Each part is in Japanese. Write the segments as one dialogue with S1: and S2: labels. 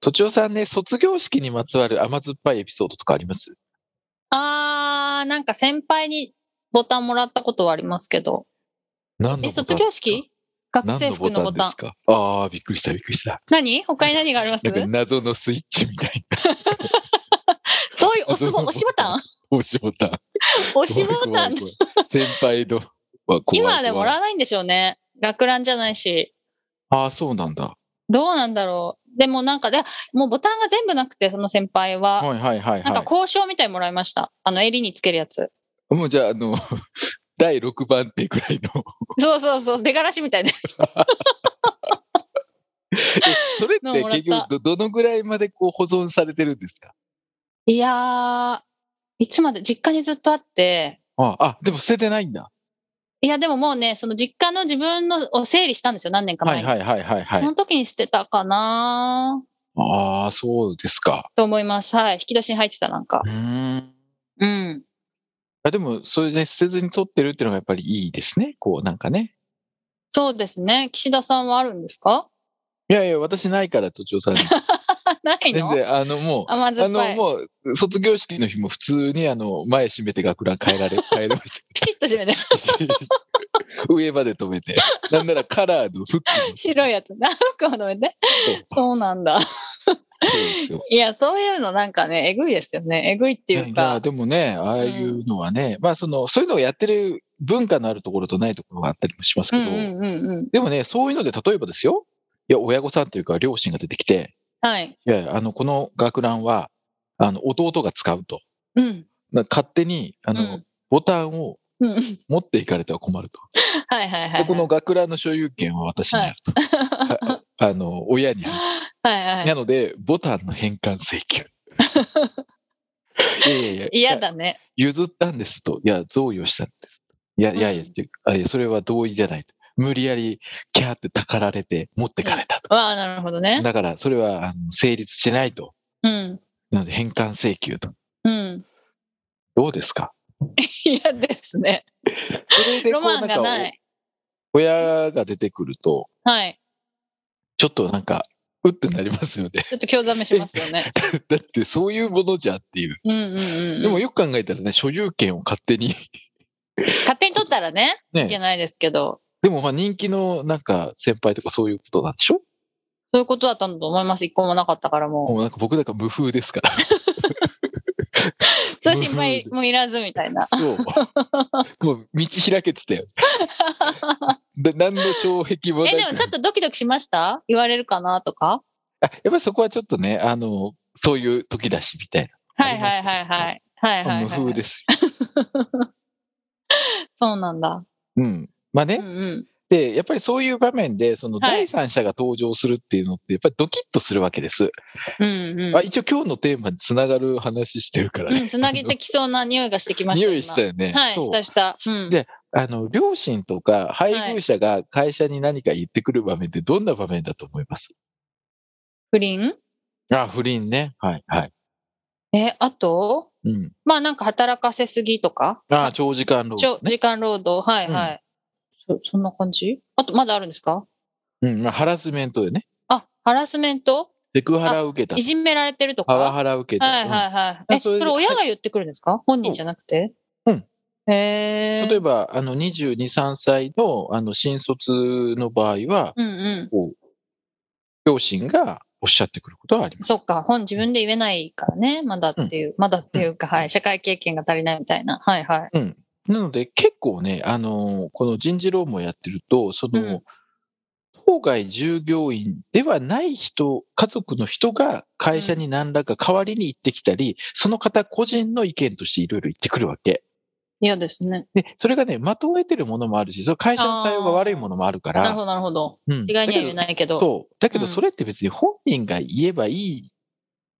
S1: とちおさんね、卒業式にまつわる甘酸っぱいエピソードとかあります
S2: あー、なんか先輩にボタンもらったことはありますけど。
S1: 何の
S2: え、
S1: ボタン
S2: 卒業式学
S1: 何
S2: 生
S1: のボ
S2: 服
S1: タ
S2: の
S1: ン
S2: ボ
S1: で
S2: タン。
S1: すかああ、びっくりした、びっくりした。
S2: 何他に何があります
S1: なんか謎のスイッチみたいな。
S2: そういう押 す
S1: 謎
S2: ボ、
S1: の
S2: 押しボタン
S1: 押しボタン。
S2: 押しボタ
S1: 怖
S2: ン。
S1: い怖い怖い先輩の。わ怖い
S2: 今
S1: 怖い
S2: はでもらわないんでしょうね。学ランじゃないし。
S1: ああ、そうなんだ。
S2: どうなんだろう。でもなんか、でもうボタンが全部なくて、その先輩は。
S1: はいはいはい
S2: なんか
S1: は
S2: 交渉みたいにもらいました。あの、襟につけるやつ。
S1: い。もうじゃあ、あの、 第6番手くらいの。
S2: そうそうそう、出がらしみたいな。
S1: えそれって
S2: のもらっ
S1: 結
S2: た
S1: 局ど、どのぐらいまでこう保存されてるんですか
S2: いやー、いつまで、実家にずっとあって、
S1: ああ、でも捨ててないんだ。
S2: いや、でももうね、その実家の自分のを整理したんですよ、何年か
S1: は
S2: 前
S1: い
S2: に。
S1: はいはいはいはい
S2: そ。の時に捨てたかな
S1: ああ、そうですか。
S2: と思います。はい。引き出しに入ってた、なんか
S1: う。ーん。
S2: うん。
S1: あでも、それで捨てずに取ってるっていうのがやっぱりいいですね。こう、なんかね。
S2: そうですね。岸田さんはあるんですか
S1: いやいや、私ないから、都庁さんに。
S2: ない
S1: 全
S2: の
S1: 然、あの、もう、
S2: 甘
S1: あ
S2: 酸っぱ
S1: の、
S2: い。
S1: もう、卒業式の日も普通に、あの、前閉めて学ラン変えられ、変えれまし
S2: ピチッと締めて、
S1: たし 上まで止めて。なんならカラーの服も
S2: 白いやつ。何服を止めて。
S1: そう
S2: そうなんだ。
S1: そうですよ。
S2: いや、そういうのなんかね、えぐいですよね。えぐいっていう
S1: やや
S2: か。
S1: でもね、ああいうのはね、まあ、その、そういうのをやってる文化のあるところとないところがあったりもします
S2: う
S1: け
S2: んう
S1: ど、
S2: んうんうん。
S1: でもね、そういうので、例えばですよ、いや、親御さんというか、両親が出てきて、
S2: はい。
S1: いやいや、あの、この学ランは、あの、弟が使うと。
S2: うん。
S1: な勝手に、あ
S2: あ
S1: の、ボタンを
S2: うん。うん
S1: 持っていかれては困ると。
S2: はいはいはいは
S1: で
S2: い。
S1: この学ランの所有権は私にある と。ああの、親にある。
S2: はいはいは。
S1: ないので、ボタンの返還請 求。いやいやいや、
S2: 嫌だね。
S1: 譲ったんですと。いや、贈与したんです。いや、いやいや、
S2: うん
S1: ってあいやそれは同意じゃないと。無理やり、キャーってたかられて持ってかれたと。
S2: わあ、なるほどね。
S1: だから、それはあの成立してないと。
S2: うん。
S1: なので、返還請求と。
S2: うん。
S1: どうですか
S2: 嫌ですね。
S1: それでこ
S2: ロ
S1: う
S2: マン
S1: なん
S2: が
S1: か
S2: ない。
S1: お親が出てくると、
S2: はい。
S1: ちょっとなんか、うってなりますよね。
S2: ちょっと興ざめしますよね。
S1: だってそういうものじゃんっていう。
S2: うんうんうんうん。
S1: でもよく考えたらね、所有権を勝手に。
S2: 勝手に取ったらね、いけ
S1: ね。
S2: ないですけど、
S1: でもまあ人気のなんか先輩とかそういうことなんでしょ
S2: そういうことだったんだと思います。一個もなかったからも
S1: もうなんか僕なんか無風です から。
S2: う。そういう心配もいらずみたいな。
S1: そう。もう道開けてたよ。で何の障壁もな
S2: え、
S1: く。
S2: でもちょっとドキドキしました言われるかなとか。
S1: あやっぱりそこはちょっとね、あの、そういう時だしみたい
S2: はいはいはいはい。はい
S1: な。
S2: はい、
S1: 無
S2: はい。
S1: 風です
S2: そうなんだ。
S1: よ。うん。まあね
S2: うん、うん。
S1: で、やっぱりそういう場面で、その
S2: はい
S1: 第三者が登場するっていうのって、やっぱりドキッとするわけです。
S2: うんう
S1: あ
S2: ん。
S1: 一応今日のテーマにつながる話してるから
S2: う
S1: ね。
S2: ん、つなげてきそうな匂いがしてきました。
S1: 匂いしたよね。
S2: 今はい、
S1: そう
S2: したした。うん。
S1: であの、両親とか配偶者が会社に何か言ってくる場面ってどんな場面だと思います
S2: 不倫
S1: あ、不倫ね。はい、はい。
S2: え、あと、
S1: うん。
S2: まあなんか働かせすぎとか。
S1: あ、長時間労
S2: ちょ
S1: 働、ね。
S2: 時間労働、はいはい。そそんな感じあと、まだあるんですか
S1: うん、まあ、ハラスメントでね。
S2: あ、ハラスメント
S1: セクハラ受けた
S2: い。じめられてるとか
S1: パワ
S2: は
S1: ハラ受け
S2: い
S1: た。
S2: はいはい。
S1: あ
S2: え、
S1: そ
S2: そ
S1: れ
S2: れ
S1: で
S2: 親が言ってくるんですか本人じゃなくて
S1: うん。
S2: へ
S1: うん
S2: え。
S1: 例えば、あの、22、3歳の、あの、新卒の場合は、
S2: うんうん。
S1: こう、両親がおっしゃってくることはあります。
S2: そっか、本自分で言えないからね。まだっていう、まだっていうか、はい。社会経験が足りないみたいな。はいは
S1: う
S2: い。
S1: ん。なので、結構ね、あのーこの人事労務をやってると、その、
S2: うん
S1: 当該従業員ではない人、家族の人が会社に何らか代わりに行ってきたり、その方個人の意見としていろいろ言ってくるわけ。
S2: 嫌ですね。
S1: で、それがね、まとえてるものもあるし、その会社の対応が悪いものもあるか
S2: なるほ
S1: ら、
S2: ど、なるほど。
S1: うん
S2: 違いには言えないけど。
S1: そう。だけ
S2: う
S1: ど
S2: ん
S1: それって別に本人が言えばいい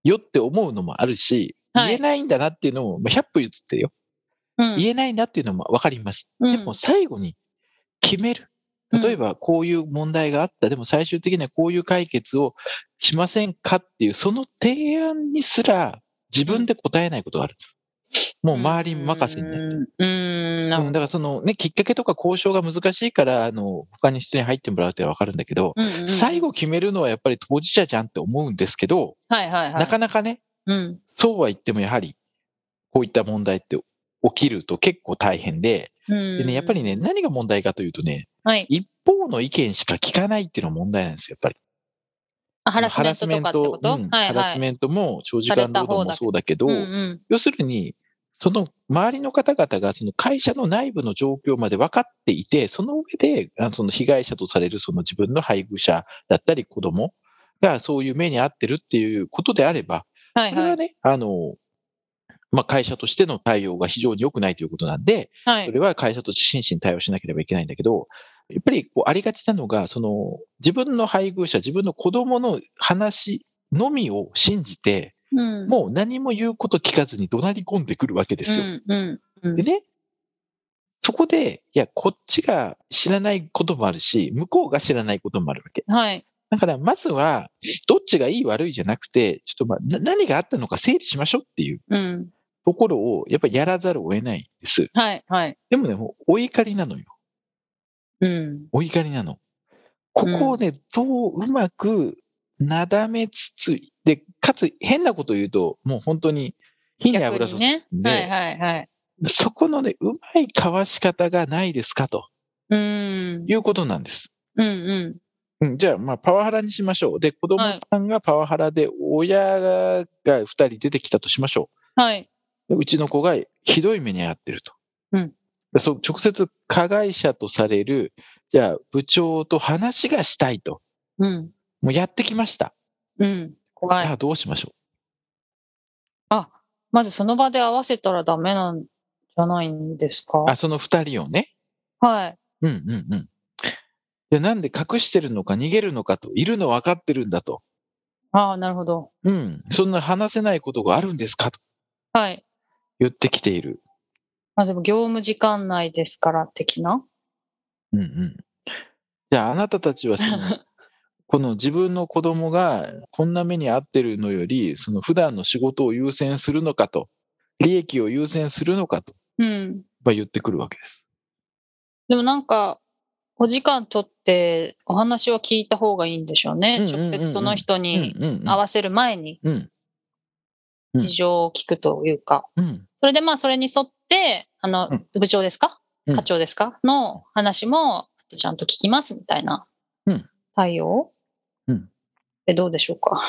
S1: よって思うのもあるし、
S2: はい
S1: 言えないんだなっていうのも、まあ、100歩譲ってよ。
S2: うん
S1: 言えないなっていうのも分かります。
S2: うん
S1: でも最後に決める。例えばこういう問題があった、でも最終的にはこういう解決をしませんかっていう、その提案にすら自分で答えないことがあるんです。もう周り任せになる。
S2: る。うーん、な
S1: う
S2: る
S1: んだ
S2: ほど。
S1: からそのね、きっかけとか交渉が難しいから、あの、他に人に入ってもらうってのは分かるんだけど、
S2: うんうん
S1: 最。後決めるのはやっぱり当事者じゃんって思うんですけど、
S2: はいはいはい。
S1: なかなかね、
S2: うん。
S1: そうは言ってもやはり、こういった問題って起きると結構大変で、
S2: で
S1: でね、やっぱり。ね、何が問題かというとね、
S2: はい。
S1: 一方の意見しか聞かないっていうのが問題なんですよ、やっぱり。
S2: あハラスメントとかって
S1: ハラスメントうん
S2: ことはい
S1: ハ
S2: は
S1: ラス
S2: い。
S1: メントも長時間労働もそうだけど、
S2: うんうん。
S1: 要するに、その周りの方々がその会社の内部の状況まで分かっていて、その上で、あのその被害者とされるその自分の配偶者だったり子供がそういう目に遭ってるっていうことであれば、
S2: はい
S1: これ
S2: は。
S1: はいね、あの、まあ、会社としての対応が非常に良くないということなんで、
S2: は
S1: そ
S2: い。
S1: れは会社として真摯に対応しなければいけないんだけど、やっぱりこうありがちなのが、その自分の配偶者、自分の子供の話のみを信じて、
S2: うん
S1: もう何も言うこと聞かずに怒鳴り込んでくるわけですよ。
S2: うんうんうん
S1: でね、そこで、いや、こっちが知らないこともあるし、向こうが知らないこともあるわけ。
S2: はい。
S1: だから、まずは、どっちがいい悪いじゃなくて、ちょっとまあ、な何があったのか整理しましょうっていう
S2: うん。
S1: ところを、やっぱりやらざるを得ないんです。
S2: はいはい。
S1: でもね、もうお怒りなのよ。
S2: うん。
S1: お怒りなの。ここをね、どううまくなだめつつ、で、かつ変なこと言うと、もう本当に火に油注
S2: 逆に
S1: ぐ、
S2: ね。
S1: で
S2: はいはいはい。
S1: そこのね、うまいかわし方がないですかと
S2: うん。
S1: いうことなんです。
S2: うんうん。
S1: うん、じゃあ、まあ、パワハラにしましょう。で、子供
S2: はい
S1: さんがパワハラで、親が2人出てきたとしましょ
S2: はい。
S1: う。でうちの子がひどい目に遭ってると。
S2: うん
S1: でそう直接加害者とされる、じゃあ、部長と話がしたいと。
S2: うん。
S1: もうやってきました。
S2: うん。怖
S1: じゃ
S2: い。
S1: あどうしましょ
S2: あ、まずその場で合わせたらダメなんじゃないんですか
S1: うあ、その二人をね。
S2: はい。
S1: うんうんうん。で、なんで隠してるのか逃げるのかと、いるの分かってるんだと。
S2: ああ、なるほど。
S1: うん。そんな話せないことがあるんですかと
S2: はい。
S1: 言ってきている。
S2: まあでも業務時間内ですから的な。
S1: うんうん。じゃああなたたちは その、この自分の子供がこんな目に遭ってるのより、その普段の仕事を優先するのかと、利益を優先するのかと、
S2: うん。
S1: まあ言ってくるわけです。
S2: でもなんか、お時間取ってお話は聞いた方がいいんでしょうね。
S1: うんうんうんうん
S2: 直接その人に
S1: うんうん
S2: 合わせる前に
S1: うん。うん
S2: 事情を聞くというか。
S1: うん。
S2: それでまあそれに沿って、あの、
S1: うん
S2: 部長ですか
S1: うん
S2: 課長ですかの話もちゃんと聞きますみたいな
S1: うん
S2: 対応
S1: うん
S2: でどうでしょうか。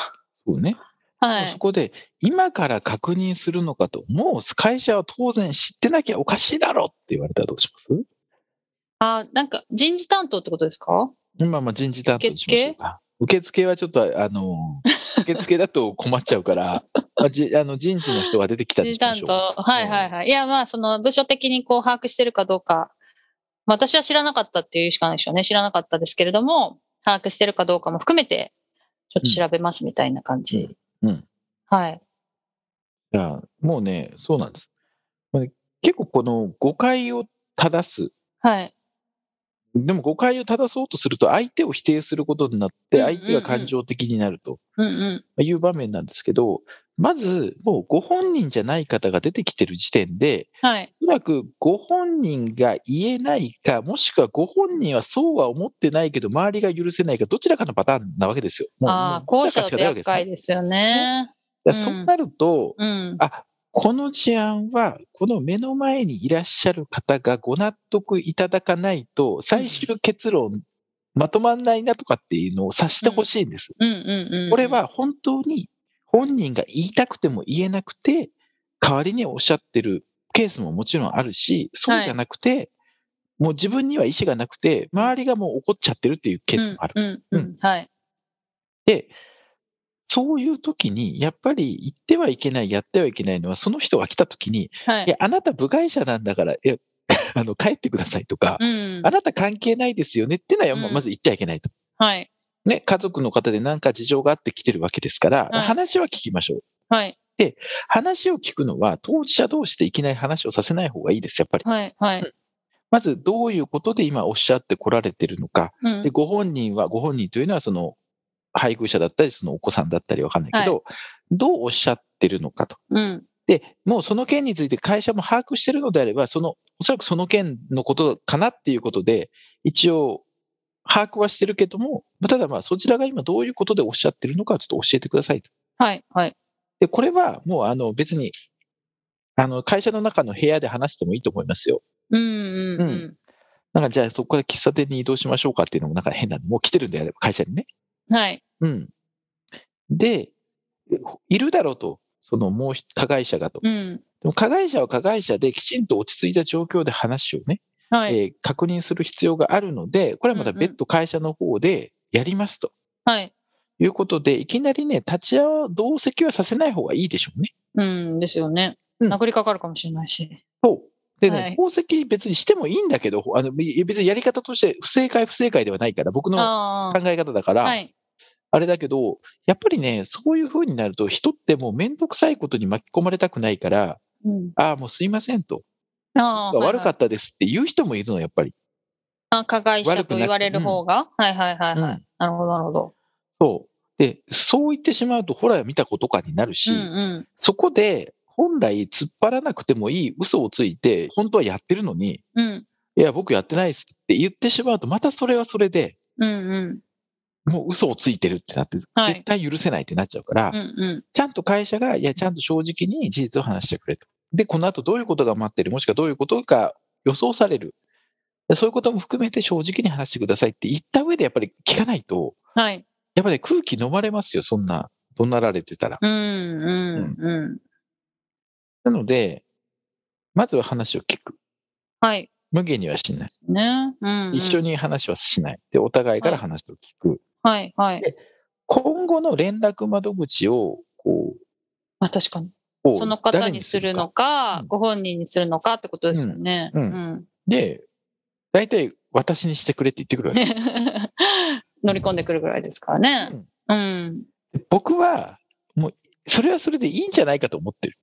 S1: そうね。
S2: は
S1: そ
S2: い。
S1: こで今から確認するのかと、もう会社は当然知ってなきゃおかしいだろって言われたらどうします
S2: あ、なんか人事担当ってことですか
S1: 今、まあ、人事担当にしましょうか。受付はちょっと、あ の、受付だと困っちゃうから、まあ、じあの人事の人が出てきた
S2: 人
S1: としま
S2: 事担
S1: しょう
S2: 当。。はいはいはい。いやまあその部署的にこう把握してるかどうか、まあ私は知らなかったっていうしかないでしょうね。知らなかったですけれども、把握してるかどうかも含めて、ちょっと調べますみたいな感じ。
S1: うんうん
S2: はい。
S1: じゃあもうね、そうなんです。まあね結構この誤解を正す。
S2: はい。
S1: でも誤解を正そうとすると相手を否定することになって
S2: うんうんうん
S1: 相手が感情的になると
S2: うんうん。
S1: いう場面なんですけど、まずもうご本人じゃない方が出てきてる時点で、
S2: はい。
S1: おそらくご本人が言えないか、もしくはご本人はそうは思ってないけど、周りが許せないか、どちらかのパターンなわけですよ。もう
S2: ああ、
S1: も
S2: 後
S1: うどち
S2: 者
S1: ら
S2: だ
S1: かしか
S2: と
S1: ないわけ
S2: 厄
S1: ですね
S2: 介ですよね。
S1: だか
S2: う
S1: ら
S2: ん
S1: そうなると、
S2: うん。
S1: あこの事案は、この目の前にいらっしゃる方がご納得いただかないと、最終結論、まとまんないなとかっていうのを察してほしいんです。
S2: うんうんうん。
S1: これ、は本当に本人が言いたくても言えなくて、代わりにおっしゃってるケースももちろんあるし、そうじゃなくて、もう自分には意思がなくて、周りがもう怒っちゃってるっていうケースもある。
S2: うんうん。はい。
S1: そういう時に、やっぱり言ってはいけない、やってはいけないのは、その人が来た時に、
S2: はいい。
S1: や、あなた部外者なんだから、いや あの、帰ってくださいとか、
S2: うん
S1: あ。なた関係ないですよねってのは、まあ
S2: うん
S1: まず言っちゃいけないと。
S2: はい。
S1: ね、家族の方で何か事情があって来てるわけですから、
S2: はい
S1: 話は聞きましょう。
S2: はい。
S1: 話を聞くのは、当事者同士でいきなり話をさせない方がいいです、やっぱり。
S2: はい。はい。
S1: まず、どういうことで今おっしゃってこられてるのか。
S2: う
S1: で、
S2: ん。
S1: ご本人は、ご本人というのは、その、配偶者だったり、そのお子さんだったりわかんないけど、どうおっしゃってるのかと。
S2: うん。
S1: で、もうその件について会社も把握してるのであれば、その、おそらくその件のことかなっていうことで、一応、把握はしてるけども、まあただまあ、そちらが今どういうことでおっしゃってるのか、ちょっと教えてくださいと。
S2: はい。はい。
S1: で、これはもうあの別に、あの会社の中の部屋で話してもいいと思いますよ。
S2: うん。うん。うん
S1: なんかじゃあそこから喫茶店に移動しましょうかっていうのもなんか変なの。もう来てるんであれば会社にね。
S2: はい。
S1: うん。で、いるだろうと。そのもう一加害者がと。
S2: うん。
S1: でも加害者は加害者できちんと落ち着いた状況で話をね、
S2: はい。
S1: えー確認する必要があるので、これはまた
S2: うんうん
S1: 別途会社の方でやりますと
S2: はい。
S1: いうことで、いきなりね、立ち会わ、同席はさせない方がいいでしょうね。
S2: うん。ですよね。
S1: うん
S2: 殴りかかるかもしれないし。
S1: そう。でね、
S2: はい
S1: 功績別にしてもいいんだけど、あのい別にやり方として不正解不正解ではないから、僕の
S2: あ
S1: 考え方だから、
S2: あ。はい。
S1: あれだけど、やっぱりね、そういう風になると、人ってもう面倒くさいことに巻き込まれたくないから、
S2: うん。
S1: ああ、もうすいませんと、
S2: ああ。
S1: 悪か
S2: っ
S1: ったですって言う人もいるの、やっぱり。
S2: た。あ加害者
S1: 悪くな
S2: と
S1: く
S2: 言われる方が。はい。はい。はい。は
S1: う
S2: い。なるほど。なるほど。
S1: そう。で、そう言ってしまうと、ホラー見たことかになるし、
S2: うん。うん。
S1: そこで、本来突っ張らなくてもいい嘘をついて、本当はやってるのに、
S2: うん。
S1: いや、僕やってないですって言ってしまうと、またそれはそれで、
S2: うん。うん。
S1: もう嘘をついてるってなって、
S2: はい
S1: 絶対許せないってなっちゃうから、
S2: うん。うん。
S1: ちゃんと会社が、いや、ちゃんと正直に事実を話してくれと。で、この後どういうことが待ってる、もしくはどういうことが予想される。でそういうことも含めて正直に話してくださいって言った上でやっぱり聞かないと、
S2: はい。
S1: やっぱり、空気飲まれますよ、そんな、怒鳴られてたら。
S2: うん。うん。うん。
S1: なので、まずは話を聞く。
S2: はい。
S1: 無限にはしない。
S2: ね。うん、うん。
S1: 一緒に話はしない。で、お互いから話を聞く。
S2: はい。はい。
S1: 今後の連絡窓口を、こう
S2: あ、確かに。
S1: こう、
S2: その方
S1: 誰
S2: にする
S1: か
S2: のか、
S1: うん
S2: ご本人にするのかってことですよね。
S1: うんうで、大体私にしてくれって言ってくるわけ。
S2: 乗り込んでくるぐらいですからね。うん。
S1: で僕は、もう、それはそれでいいんじゃないかと思ってる。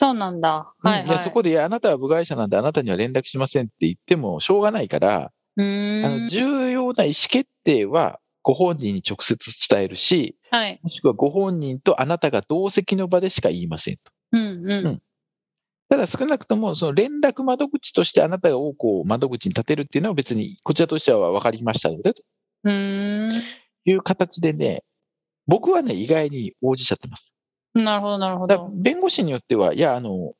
S2: そうなんだ。はい、はい。
S1: うんやそこで、いや、あなたは部外者なんで、あなたには連絡しませんって言ってもしょうがないから、
S2: う
S1: あ
S2: ー
S1: の
S2: ん。
S1: 重要な意思決定は、ご本人に直接伝えるし、
S2: はい。
S1: もしくはご本人とあなたが同席の場でしか言いませんと。
S2: うん
S1: う
S2: うんん。
S1: ただ少なくとも、その連絡窓口としてあなたをこう窓口に立てるっていうのは別に、こちらとしては分かりましたので、と
S2: うー
S1: いう形でね、僕はね、意外に応じちゃってます。
S2: ん。なるほど、なるほ
S1: だから
S2: ど。
S1: 弁護士によっては、いや、あの、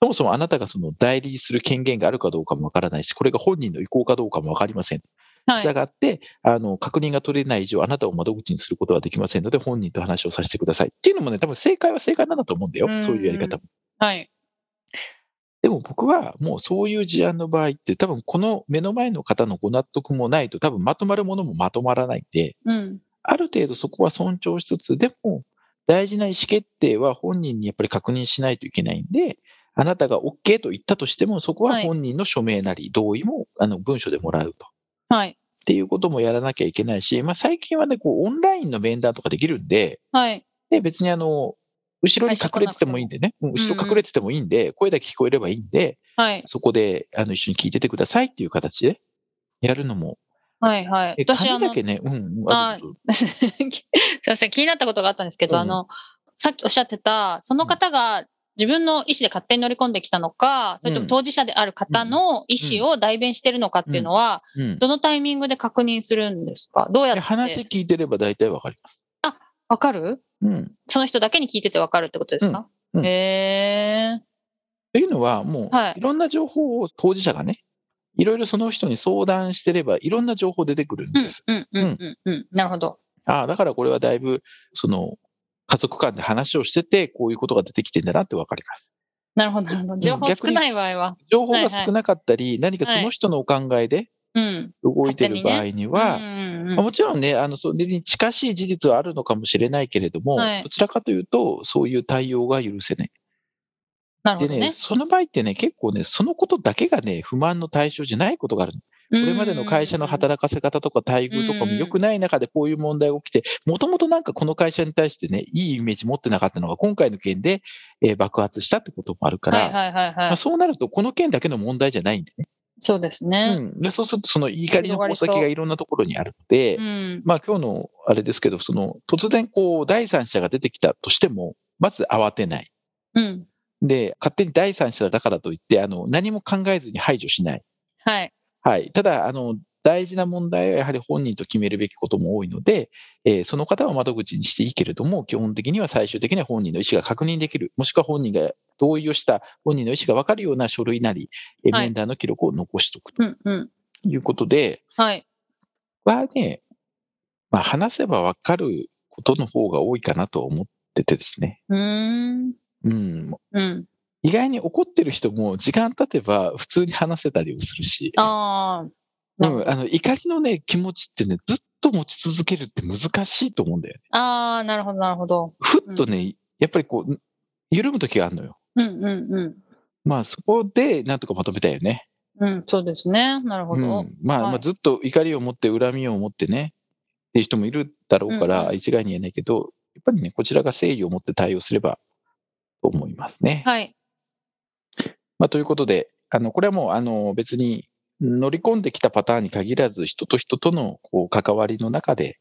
S1: そもそもあなたがその代理する権限があるかどうかもわからないし、これが本人の意向かどうかもわかりません。
S2: は
S1: した
S2: い。
S1: がって、あの、確認が取れない以上、あなたを窓口にすることはできませんので、本人と話をさせてください。っていうのもね、多分正解は正解なんだと思うんだよ
S2: う。ん
S1: そういうやり方も。
S2: はい。
S1: でも僕はもうそういう事案の場合って、多分この目の前の方のご納得もないと、多分まとまるものもまとまらないんで、
S2: うん。
S1: ある程度そこは尊重しつつ、でも大事な意思決定は本人にやっぱり確認しないといけないんで、あなたが OK と言ったとしても、そこは
S2: はい
S1: 本人の署名なり同意もあの文書でもらうと。
S2: はい。
S1: っていうこともやらなきゃいけないし、まあ、最近はね、こうオンラインの面談とかできるんで、
S2: はい。
S1: で別にあの、後ろに隠れててもいいんでね、うん
S2: くても
S1: 後ろ隠れててもいいんで、声だけ聞こえればいいんで、
S2: はい。
S1: そこであの一緒に聞いててくださいっていう形でやるのも、
S2: はい。はい。
S1: え
S2: 私、あ
S1: 紙だ
S2: の、
S1: けね、うん、うん
S2: あ
S1: あどうぞ
S2: すいません、気になったことがあったんですけど、
S1: うん
S2: あの、さっきおっしゃってた、その方が自分の意思で勝手に乗り込んできたのか、それと
S1: うん
S2: も当事者である方の意思を代弁してるのかっていうのは、
S1: うん
S2: どのタイミングで確認するんですかどうやっ
S1: で
S2: て
S1: 話聞いてれば大体わかります。
S2: わかる
S1: うん
S2: その人だけに聞いててわかるってことですか、
S1: うんうん
S2: へえ。
S1: というのは、もう、
S2: はい
S1: いろんな情報を当事者がね、いろいろその人に相談してれば、いろんな情報出てくるん
S2: うん
S1: です。
S2: うんうんうんうん。なるほど。
S1: ああ、だからこれはだいぶ、その、家族間で話をしてて、こういうことが出てきてんだなってわかります。
S2: なるほどなるほど。情報
S1: 逆
S2: 少
S1: に
S2: ない場合は。
S1: 情報が少なかったり、何かその人のお考えで
S2: うん。
S1: 動いて
S2: 勝手
S1: る
S2: にね
S1: 場合に
S2: う
S1: は、
S2: んうん
S1: まあもちろんね、あの、それに近しい事実はあるのかもしれないけれども、
S2: はい
S1: どちらかというと、そういう対応が許せない。
S2: なるほ
S1: で
S2: ど
S1: ね、
S2: ね。
S1: その場合ってね、結構ね、そのことだけがね、不満の対象じゃないことがあるの。
S2: こ
S1: これまでの会社の働かせ方とか待遇とか
S2: う
S1: も
S2: ん
S1: 良くない中でこういう問題が起きて、もともとなんかこの会社に対してね、いいイメージ持ってなかったのが今回の件で、えー爆発したってこともあるから、
S2: はいはいはい
S1: ま
S2: は
S1: あ、
S2: い。
S1: そうなるとこの件だけの問題じゃないんでね。
S2: そうです
S1: う
S2: ね。
S1: ん、でそうするとその怒りの矛先
S2: 広がりそう
S1: がいろんなところにあるので、
S2: うん。
S1: まあ今日のあれですけど、その突然こう第三者が出てきたとしても、まず慌てない。
S2: うん。
S1: で、勝手に第三者だからといって、あの、何も考えずに排除しない。
S2: はい。
S1: はい。ただ、あの、大事な問題はやはり本人と決めるべきことも多いので、えーその方は窓口にしていいけれども、基本的には最終的には本人の意思が確認できる、もしくは本人が同意をした、本人の意思が分かるような書類なり、えー
S2: はい
S1: メンダーの記録を残しておくと
S2: うんうん。
S1: いうことで、
S2: はい。
S1: はね、まあ、話せば分かることの方が多いかなと思っててですね。
S2: うーん。
S1: うん。
S2: うん。
S1: 意外に怒ってる人も時間経てば普通に話せたりもするし。
S2: ああ。
S1: う
S2: なるほ
S1: ん、あの怒りのね、気持ちってね、ずっと持ち続けるって難しいと思うんだよね。
S2: ああ、なるほど、なるほど。
S1: ふっとね、やっぱりこう、緩む時があるのよ。
S2: うんうんうん。
S1: まあそこでなんとかまとめたいよね。
S2: うん、そうですね。なるほ
S1: う
S2: ど。
S1: ん、まあ、
S2: はい
S1: まあずっと怒りを持って恨みを持ってね、っていう人もいるだろうか
S2: うん
S1: ら、
S2: うん
S1: 一概に言えないけど、やっぱりね、こちらが誠意を持って対応すればと思いますね。
S2: はい。
S1: まあ、ということで、あのこれはもうあの別に乗り込んできたパターンに限らず、人と人とのこう関わりの中で、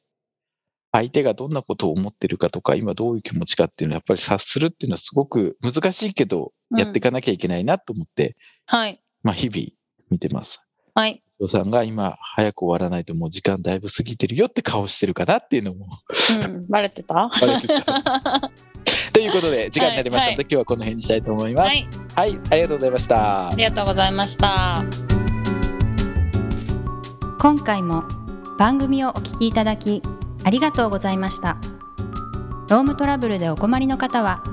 S1: 相手がどんなことを思ってるかとか、今どういう気持ちかっていうのは、やっぱり察するっていうのはすごく難しいけど、
S2: うん
S1: やっていかなきゃいけないなと思って、
S2: はい。
S1: まあ、日々見てます。
S2: はい。
S1: お父さんが今、早く終わらないともう時間だいぶ過ぎてるよって顔してるかなっていうの も
S2: うん、バレてた
S1: バレてた。ということで、時間になりましたの
S2: はい
S1: で、
S2: は
S1: 今日はこの辺にしたいと思います。
S2: は
S1: はい、
S2: い。
S1: ありがとうございました
S2: あ。りがとうございました。
S3: 今回も番組をお聞きいただきありがとうございましたロームトラブルでお困りの方は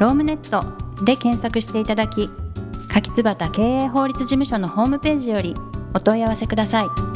S3: ロームネットで検索していただき柿椿経営法律事務所のホームページよりお問い合わせください